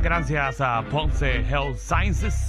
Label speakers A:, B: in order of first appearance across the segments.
A: gracias a Ponce Health Sciences.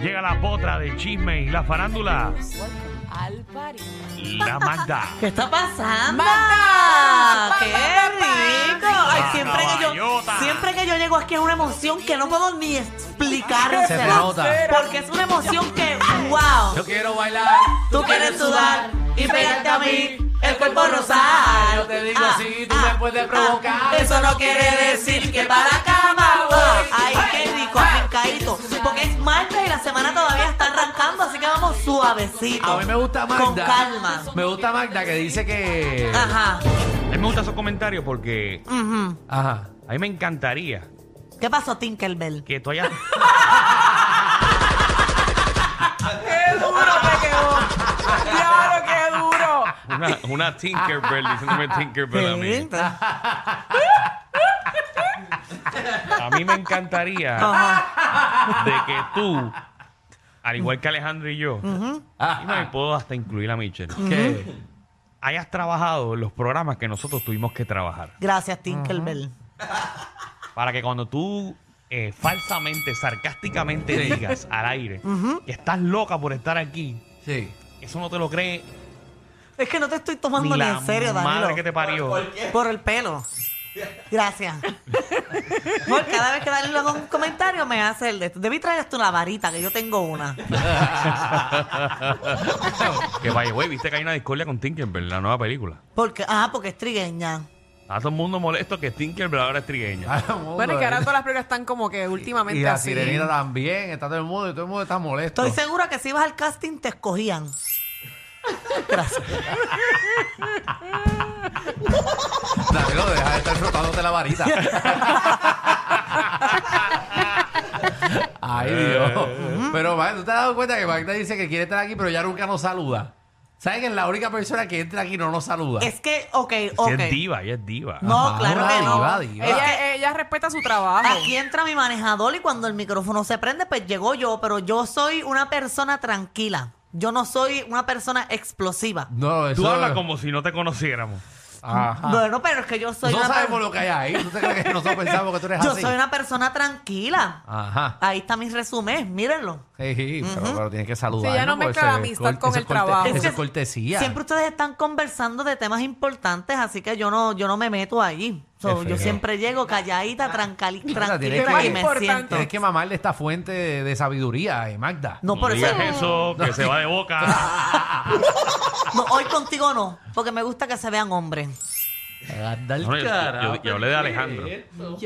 A: Llega la potra de chisme y la farándula,
B: Welcome al party.
A: la Magda.
C: ¿Qué está pasando?
B: ¡Manda!
C: ¡Qué rico! Ay, siempre que yo
A: caballota.
C: siempre que yo llego aquí es una emoción que no puedo ni explicar.
D: Se nota.
C: Porque es una emoción que wow.
D: Yo quiero bailar.
C: Tú quieres sudar y pegarte a mí el cuerpo rosado.
D: Yo te digo
C: Ah,
D: así, tú
C: ah,
D: me puedes
C: ah.
D: provocar.
C: Eso no quiere decir que para la cama voy. Ay, qué rico,
D: ah.
C: aplicadito. Porque es martes y la semana todavía está arrancando, así que vamos suavecito.
D: A mí me gusta Magda.
C: Con calma. Ah.
D: Me gusta Magda que dice que.
C: Ajá.
A: A mí me gusta esos comentarios porque
C: Ujú.
D: Ajá.
A: a mí me encantaría
C: ¿Qué pasó, Tinkerbell?
A: que tú hayas...
B: ¡Claro, qué duro!
A: Una, una Tinkerbell diciéndome Tinkerbell a mí. A mí me encantaría
C: Ajá.
A: de que tú, al igual que Alejandro y yo, y
D: Ah,
A: me puedo hasta incluir a Michelle,
D: ¿Qué?
A: hayas trabajado en los programas que nosotros tuvimos que trabajar.
C: Gracias, Tinkerbell.
A: Para que cuando tú eh, falsamente, sarcásticamente
D: Sí.
A: digas al aire que estás loca por estar aquí,
D: Sí.
A: eso no te lo cree
C: Es que no te estoy
A: ni
C: tomando ni,
A: la
C: en serio,
A: madre
C: Danilo.
A: que te parió.
C: Por el pelo. Gracias. Porque cada vez que Danilo haga un comentario me hace el de esto. Debí traer hasta una varita, que yo tengo una.
A: que vaya, güey, viste que hay una discordia con Tinkerbell, la nueva película.
C: Porque, ah, porque es trigueña.
A: A todo el mundo molesto que Tinkerbell ahora es
C: Ah,
A: trigueña.
B: Bueno, y que ahora todas las películas están como que últimamente
D: Y la
B: así.
D: sirenita también. Está todo el mundo y todo el mundo está molesto.
C: Estoy segura que si ibas al casting te escogían.
D: Danilo, deja de estar frotándote la varita. Ay, Dios.
A: Eh.
D: Pero, Magda, ¿tú te has dado cuenta que Magda dice que quiere estar aquí, pero ya nunca nos saluda? ¿Sabes que es la única persona que entra aquí y no nos saluda?
C: Es que, ok,
A: Si
C: ok.
A: es diva, ella es diva.
C: No,
D: Ajá,
C: claro
D: una
C: que no.
D: diva, diva.
C: Es que- eh,
B: Ella, ella respeta su trabajo.
C: Aquí entra mi manejador y cuando el micrófono se prende, pues llego yo, pero yo soy una persona tranquila. Yo no soy una persona explosiva.
D: No, eso
A: Tú hablas como si no te conociéramos.
D: Ajá.
C: Bueno, pero es que yo soy
D: Nosotros
C: una
D: sabemos
C: per-
D: lo que hay ahí. ¿Tú te crees que nosotros pensamos que tú eres
C: Yo
D: así?
C: soy una persona tranquila.
A: Ah.
D: Ajá.
C: Ahí está mis resumés, mírenlo.
D: Sí, sí, pero, pero tienes que saludar. pues,
B: Sí, ya no mezcla la amistad con el trabajo.
D: Eso
C: que
D: es cortesía.
C: Siempre ustedes están conversando de temas importantes, así que yo no, yo no me meto ahí. So,
D: Qué
C: yo
D: feo.
C: siempre llego calladita, trancali-
D: tienes
C: tranquila
D: que-
C: y me
B: Importante.
C: siento.
D: Tienes que mamarle esta fuente de, de sabiduría, eh, Magda.
C: No, por eso,
A: digas eso, que se va de boca.
C: no, hoy contigo no, porque me gusta que se vean hombres.
D: Anda al
A: No, yo- yo-
D: carajo,
A: yo hablé de
D: ¿qué
A: Alejandro.
D: es esto?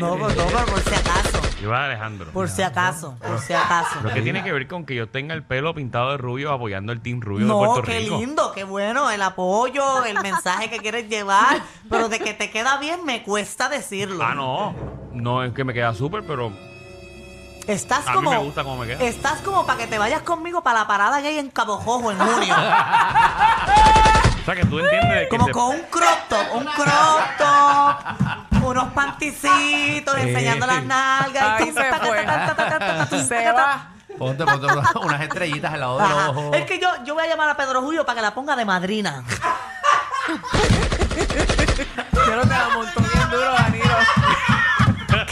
C: No, por, no, por- por si acaso.
A: Yo a Alejandro.
C: Por si acaso, por si acaso.
A: Lo que tiene que ver con que yo tenga el pelo pintado de rubio apoyando el Team Rubio de
C: No,
A: Puerto
C: qué
A: Rico.
C: lindo, qué bueno el apoyo, el mensaje que quieres llevar, pero de que te queda bien me cuesta decirlo.
A: Ah, no. No es que me queda súper, pero
C: Estás
A: A mí
C: como
A: me gusta cómo me queda.
C: Estás como para que te vayas conmigo para la parada gay en Cabo Jojo en junio,
A: O sea, que tú entiendes que
C: como
A: se-
C: con un crop top, un crop top, unos panticitos, enseñando las nalgas.
B: Ahí se fue. Se va.
D: Ponte, ponte una- unas estrellitas al lado del
C: Ajá.
D: ojo.
C: Es que yo, yo voy a llamar a Pedro Julio para que la ponga de madrina.
B: Yo no te la montó bien duro, Danilo.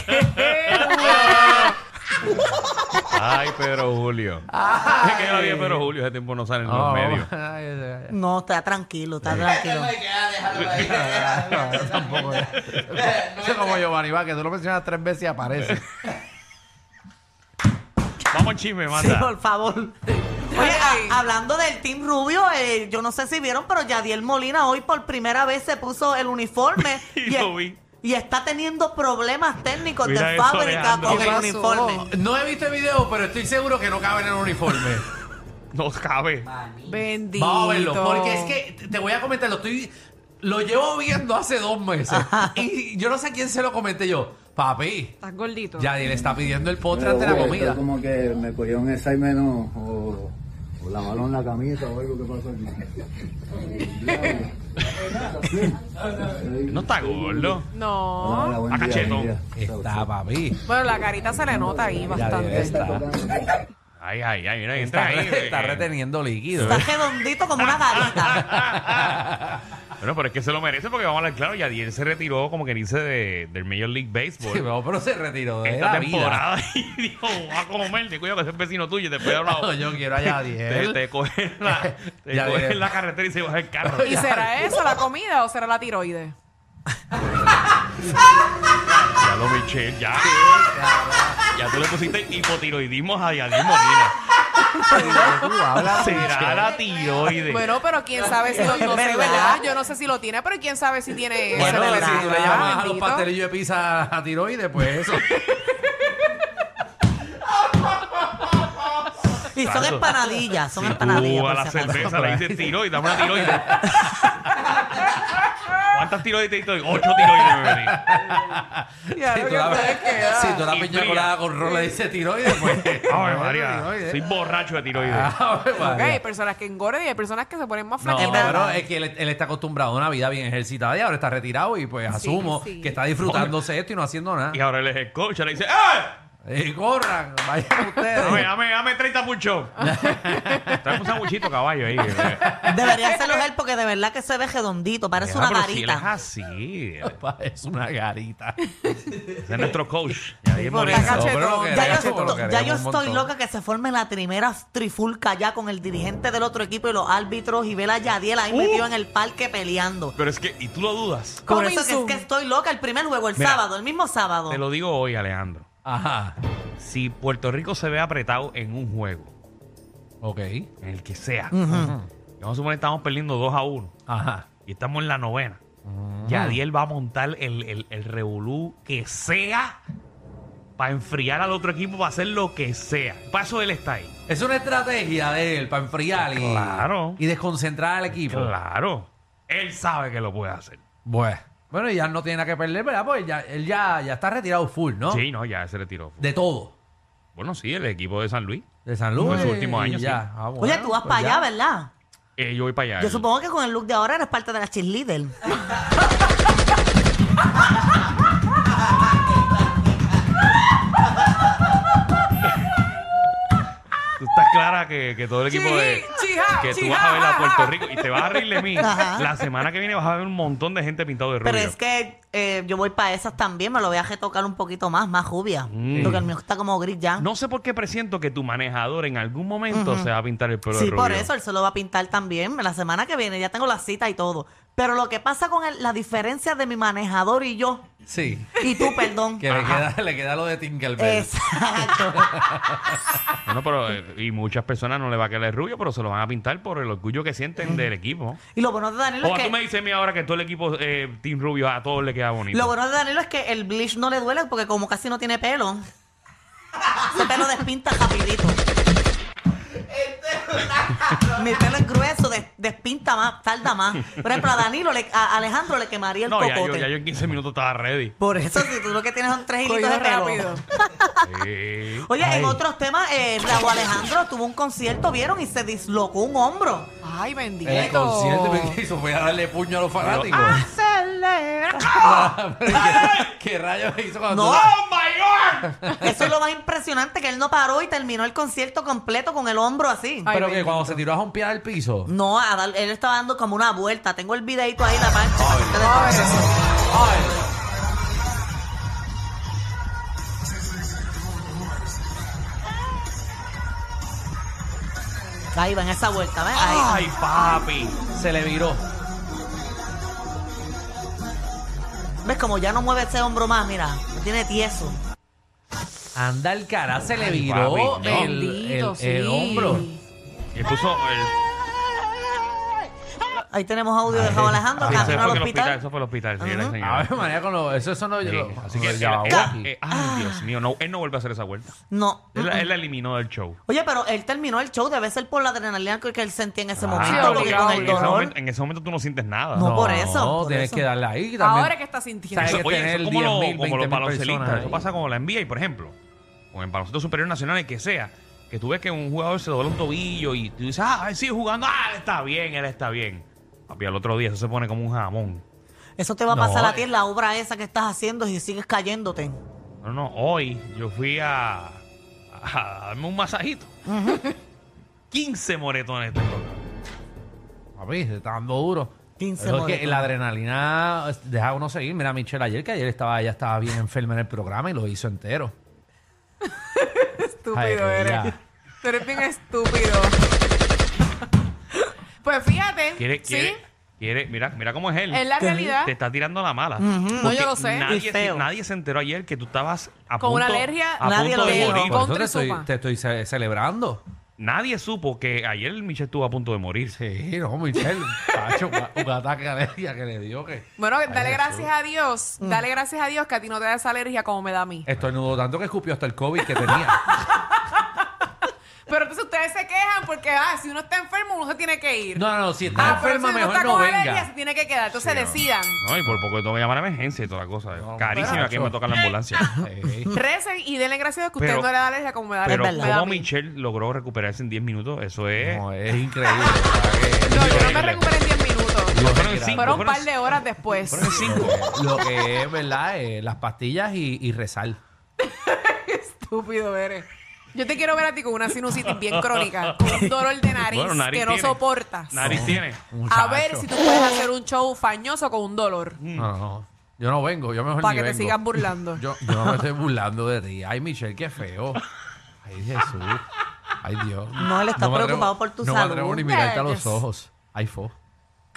B: ¡Qué duro!
A: Ay, Pedro Julio. Es que yo lo vi a Pedro Julio, ese tiempo no sale en los
D: Oh,
A: medios.
D: ay, ay, ay.
C: No, está tranquilo, está tranquilo.
D: Tampoco es. Eso es como Giovanni va, que tú lo mencionas tres veces y aparece.
A: Vamos al chisme,
C: Sí,
A: manda.
C: por favor. Oye,
B: Ay.
C: a- hablando del Team Rubio, eh, yo no sé si vieron, pero Yadiel Molina hoy por primera vez se puso el uniforme.
A: Y
C: es-
A: lo vi.
C: y está teniendo problemas técnicos
A: Mira
C: de
A: eso,
C: fábrica
A: Alejandro.
C: con
B: ¿Qué
C: el
B: pasó?
C: uniforme.
D: No he visto el video, pero estoy seguro que no cabe en el uniforme.
A: No cabe.
B: Bendito.
D: Vamos a verlo, porque es que te- te voy a comentar, lo estoy lo llevo viendo hace dos meses y yo no sé a quién se lo comenté yo. Papi,
B: Estás gordito.
D: Yadiel está pidiendo el potre
E: Pero,
D: ante la
E: güey,
D: comida.
E: esto Como que me cogió un examen o, o, o la balón la camisa o algo que pasó aquí.
A: No está gordo.
D: Ah,
B: No.
E: Hola, buen
A: A
E: día,
A: cachetón.
E: buen día.
D: Está, papi.
B: Bueno, la carita se le nota
D: Yadiel
B: ahí bastante.
D: está,
A: Ay, ay, ay, mira, entra
D: está,
A: ahí.
D: re- está
A: eh.
D: reteniendo líquido.
C: Está redondito como una garita.
A: Bueno, pero es que se lo merece porque vamos a hablar claro. Yadier se retiró, como que dice, de, del Major League Baseball.
D: Sí, pero, pero se retiró de
A: esta
D: la vida.
A: temporada y dijo, voy a comer, te cuido que es vecino tuyo y te puede hablar.
D: No, yo quiero a
A: Te,
D: Yadiel.
A: te cogen la, te
D: Ya
A: cogen
D: diré.
A: la carretera y se baja el carro.
B: ¿Y será eso la comida o será la tiroides?
A: Ya lo Michelle, ya. Ya tú le pusiste hipotiroidismo a Yadier Molina.
D: Tú hablas,
A: Será
D: Michelle.
A: la tiroides.
B: Bueno, pero quién sabe si lo no sé,
C: ¿Verdad?
B: ¿verdad? Yo no sé si lo tiene, pero quién sabe si tiene eso
D: Bueno,
B: de
D: si
B: verdad.
D: tú le llamas a los
B: Bendito.
D: pastelillos de pizza a tiroides, pues eso.
C: Y son
A: Exacto.
C: empanadillas, son
A: Si
C: empanadillas.
A: tú a
C: por
A: la
C: si acaso.
A: cerveza le dices tiroides, dame una tiroides. ¿Cuántas tiroides te doy? Ocho tiroides me vení.
B: Ya,
D: si
B: lo
D: tú
B: que
D: la,
B: ustedes quedan.
D: si tú la
A: Y
D: piña
A: fría.
D: colada con rola dice tiroides, pues.
A: Ave
D: bueno,
A: María,
D: tiroides. Ah.
A: soy borracho de tiroides.
D: Ave
B: Ok,
D: María.
B: hay personas que engordan y hay personas que se ponen más
D: No,
B: flacas.
D: pero es que él, él está acostumbrado a una vida bien ejercitada y ahora está retirado y pues asumo
B: sí.
D: que está disfrutándose esto y no haciendo nada.
A: Y ahora él es el coach, le dice, ¡eh!
D: Y corran, vayan
A: Dame,
D: ustedes.
A: dame, dame 30 puchos. Trae un sanguchito caballo ahí. eh.
C: Debería hacerlo él porque de verdad que se ve redondito, parece
A: Deja,
C: una
A: Ah, pero si él es
C: varita.
A: así. eh,
D: Es una garita.
A: Ese es nuestro coach. Yadier
B: por
A: Molina.
B: la
D: No, pero lo
B: cachetón.
D: queremos,
C: Ya yo,
B: Cachetón.
D: lo
C: esto- ya
D: queremos
C: yo
D: un
C: estoy
D: montón.
C: loca que se forme la primera trifulca ya con el dirigente del otro equipo y los árbitros y ver a Yadiel ahí metido en el parque peleando.
A: Pero es que, y tú lo dudas.
C: Por
B: Coming
C: eso que es
B: soon.
C: que estoy loca el primer juego, el
A: Mira,
C: sábado, el mismo sábado.
A: Te lo digo hoy, Alejandro.
D: Ajá.
A: Si Puerto Rico se ve apretado en un juego,
D: Ok.
A: en el que sea,
C: Ujú.
A: vamos a suponer que estamos perdiendo 2 a 1
D: Ajá.
A: y estamos en la novena. Yadiel va a montar el, el, el revolú que sea para enfriar al otro equipo, para hacer lo que sea. Para eso él está ahí.
D: Es una estrategia de él para enfriar y,
A: Claro.
D: y desconcentrar al equipo.
A: Claro. Él sabe que lo puede hacer.
D: Bueno. Bueno, y ya no tiene nada que perder, ¿verdad? Pues ya, él ya, ya está retirado full, ¿no?
A: Sí, no, ya se retiró.
D: De todo.
A: Bueno, sí, el equipo de San Luis.
D: De San Luis.
A: Fue su último año,
D: y ya. Ah, bueno,
C: Oye, tú vas
D: pues
C: para
D: ya.
C: allá, ¿verdad?
A: Eh, yo voy para allá.
C: Yo
A: El-
C: supongo que con el look de ahora eres parte de la cheerleader.
A: Tú estás clara que, que todo el equipo
B: Chiji,
A: de.
B: chija,
A: que tú
B: chija,
A: vas a ver a
B: ajá.
A: Puerto Rico y te vas a reír de mí.
C: Ajá.
A: La semana que viene vas a ver un montón de gente pintado de rubio.
C: Pero es que eh, yo voy para esas también, me lo voy a retocar un poquito más, más rubia. Porque el mío está como gris ya.
A: No sé por qué presiento que tu manejador en algún momento se va a pintar el pelo
C: sí,
A: de rubio.
C: por eso él se lo va a pintar también la semana que viene. Ya tengo la cita y todo. Pero lo que pasa con el- la diferencia de mi manejador y yo,
D: Sí.
C: y tú, perdón.
D: Que le queda, le queda lo de Tinkerbell.
C: Exacto.
A: Bueno, pero, eh, y muchas personas no le va a quedar el rubio, pero se lo van a pintar por el orgullo que sienten del equipo.
C: Y lo bueno de Danilo
A: O
C: es
A: tú me
C: que.
A: dices a mí ahora que todo el equipo eh, Team Rubio a todos le queda bonito.
C: Lo bueno de Danilo es que el bleach no le duele porque como casi no tiene pelo. Ese pelo despinta rapidito. Mi pelo es grueso, des- despinta más, tarda más. Por ejemplo, a Danilo, le- a Alejandro le quemaría el
A: no, ya
C: cocote.
A: yo, ya yo en 15 minutos estaba ready.
C: Por eso, si tú lo que tienes son tres hilitos
B: Cogido
C: de pelo.
B: rápido.
A: Sí.
C: Oye, en otros temas, eh, Raúl Alejandro tuvo un concierto, vieron, y se dislocó un hombro.
B: Ay, bendito.
D: El concierto que hizo fue a darle puño a los fanáticos.
B: Acelera.
D: ¿Qué, qué rayos hizo cuando
C: No.
D: tú-
A: ¡Oh, my God!
C: Eso es lo más impresionante, que él no paró y terminó el concierto completo con el hombro así.
B: Ay,
D: Pero que
B: bendito.
D: cuando se tiró a romper al piso.
C: No, a dar- él estaba dando como una vuelta. Tengo el videito ahí, la pancha. para que ustedes
B: A ver
C: vean.
B: eso.
C: Ahí va en esa vuelta, ¿ves? Ahí va.
A: ¡Ay, papi!
D: Se le viró.
C: ¿Ves? Como ya no mueve ese hombro más, mira. Lo tiene tieso.
D: Anda el cara, se le
A: Ay,
D: viró
A: papi, no.
D: el,
B: Bendito,
D: el- el
B: sí.
D: hombro.
A: Y puso el.
C: Ahí tenemos audio de Raúl Alejandro,
A: Sí, eso
C: camino
A: fue que
C: al
A: el
C: hospital.
A: Eso fue el hospital, sí, la señora.
D: A ver, María, con lo, eso, eso no.
A: Sí,
D: yo-
A: así que,
D: yo-
A: él-
D: ya va
A: él-
D: aquí.
A: eh, ay, Dios mío, no, él no vuelve a hacer esa vuelta.
C: No.
A: Él, la- él la eliminó del show.
C: Oye, pero él terminó el show, debe ser por la adrenalina que que él sentía en ese
A: Ah,
C: momento, porque
B: obligado,
C: con
A: en,
C: el
A: ese
C: dolor.
A: momento, en ese momento tú no sientes nada.
C: No,
A: Eso-
C: por eso,
D: No,
C: por
D: tienes
C: eso.
D: que darle ahí. También.
B: Ahora que está sintiendo.
D: Hay que
A: oye, eso
D: tener
A: es como, lo-
D: 10.000,
A: como los
D: 20.000
A: baloncelistas.
D: personas
A: Eso
D: ahí.
A: pasa como la NBA, por ejemplo. O en baloncesto superior y que sea. Que tú ves que un jugador se dobla un tobillo y tú dices, ah, él sigue jugando, ah, él está bien, él está bien. Papi, al otro día eso se pone como un jamón.
C: Eso te va a
D: No,
C: pasar a ti
D: eh.
C: en la obra esa que estás haciendo y sigues cayéndote.
A: No, no, hoy yo fui a, a darme un masajito. 15 moretones tengo.
D: Papi, se está dando duro.
C: 15
D: Eso es que
C: boletos.
D: la adrenalina es- deja a uno seguir. Mira, Michelle, ayer que ayer estaba, ella estaba bien enferma en el programa y lo hizo entero.
B: Estúpido
D: Ay,
B: eres.
D: ya.
B: Tú eres bien estúpido. pues fíjate.
A: Quiere,
B: sí.
A: quiere, quiere, mira, mira cómo es él.
B: Es la realidad.
A: Te está tirando la mala.
B: no,
A: Porque
B: yo lo sé.
A: Nadie,
C: Y
A: se-
C: feo.
A: nadie se enteró ayer que tú estabas a
B: Con una
A: punto-
B: alergia,
A: a
C: nadie
A: punto
C: lo
A: de
C: dijo.
A: morir.
D: Por eso
B: Contra
D: te
B: y
D: estoy,
B: sopa.
D: te estoy ce- celebrando.
A: Nadie supo que ayer Michelle estuvo a punto de morir.
D: Sí, no, Michelle. Cacho, un ataque de alergia que le dio que.
B: Bueno, dale
D: Jesús.
B: gracias a Dios. Dale gracias a Dios que a ti no te da esa alergia como me da a
A: Eh.
B: mí.
D: Estornudó tanto que escupió hasta el COVID que tenía.
B: Pero entonces ustedes se quejan porque ah, si uno está enfermo, uno se tiene que ir.
D: No, no, si está
B: ah, pero
D: enferma,
B: si uno
D: mejor
B: está
D: no
B: con
D: venga.
B: alergia, se tiene que quedar. Entonces
A: Sí, no.
B: decidan.
A: No, y por poco tengo que llamar a emergencia y toda la cosa.
D: No,
A: Carísima
D: muchacho.
A: que me toca la ambulancia.
B: Ah,
D: Sí.
B: Recen y denle gracias a Dios que usted
A: Pero-
B: no le da alergia como me da
A: Pero
B: me da a
A: cómo
B: mí.
A: Michelle logró recuperarse en 10 minutos, eso es...
D: eh, No,
B: Eh.
D: es increíble. ¿verdad? Que-
B: No, yo no me
A: Increíble.
B: recuperé en 10 minutos.
A: Yo creo que
D: Fueron
A: cinco,
B: Fueron un
A: fueron
B: par de horas después.
A: fueron cinco.
D: Lo que es, ¿verdad? Eh, las pastillas y, y rezar.
B: Estúpido eres. Yo te quiero ver a ti con una sinusitis bien crónica, con un dolor de nariz,
A: Bueno, nariz
B: que no
A: tiene.
B: soportas.
A: Nariz tiene.
B: A ver si tú puedes hacer un show fañoso con un dolor.
D: No, no. Yo no vengo, yo mejor
B: Para
D: ni
B: que te
D: vengo.
B: sigas burlando.
D: Yo, yo no me estoy burlando de ti. Ay, Michelle, qué feo. Ay, Jesús. Ay, Dios.
C: No, él está
D: me atrevo-
C: preocupado por tu
D: no No me atrevo
C: salud.
D: ni mirarte a los
B: Yes.
D: ojos. Ay, fo.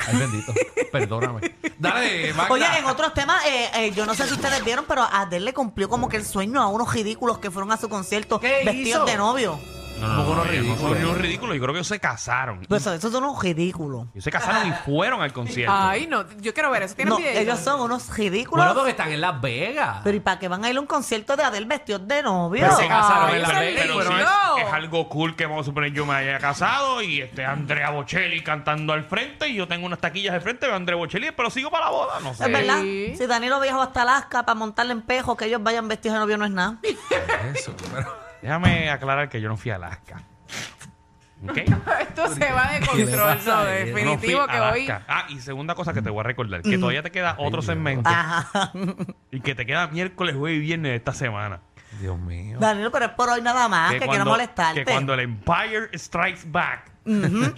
D: Ay, bendito. Perdóname. Dale, Magda.
C: Oye, en otros temas, eh, eh, yo no sé si ustedes vieron, pero a Adele le cumplió como que el sueño a unos ridículos que fueron a su concierto
D: ¿Qué
C: vestidos
D: hizo?
C: de novio.
A: No, no,
D: Como
A: no,
D: unos
A: ellos no
D: ridículos.
A: son unos ridículos. Yo creo que ellos se casaron.
C: Pues eso, esos son unos ridículos.
A: Ellos se casaron y fueron al concierto.
B: ah. Ay, no, yo quiero ver eso. ¿Tienes
C: No,
B: video?
C: ellos son unos ridículos.
D: Bueno, porque están en Las Vegas.
C: Pero ¿y para qué van a ir a un concierto de Adele vestidos de novio?
D: Pero se casaron
B: Ay,
D: en Las
B: eso es
D: Vegas. y
A: Pero
D: fueron
A: sí,
D: a-
B: No.
A: es, es algo cool que vamos a suponer yo me haya casado y este Andrea Bocelli cantando al frente y yo tengo unas taquillas de frente de Andrea Bocelli, pero sigo para la boda, no sé.
C: Es verdad.
B: Sí.
C: Si Danilo viajó hasta Alaska para montarle empejo, que ellos vayan vestidos de novio no es nada.
D: Eso, pero-
A: Déjame aclarar que yo no fui a Alaska. ¿Ok?
B: Esto se va de
D: ¿Qué le
B: control,
D: pasa
B: no,
D: a él?
A: Yo no fui
B: definitivo
A: a
B: que hoy. Mm.
A: Alaska. Ah, y segunda cosa que te voy a recordar, que todavía te queda otro
D: Dios.
A: segmento
B: Ah.
C: Ajá.
A: y que te queda miércoles, jueves y viernes de esta semana.
D: Dios mío.
C: Danilo, pero es por hoy nada más, que, quiero
A: cuando-
C: molestarte.
A: Que cuando el Empire Strikes Back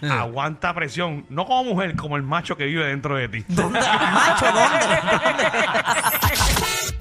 A: aguanta presión, no como mujer, como el macho que vive dentro de ti.
C: Macho, ¿dónde?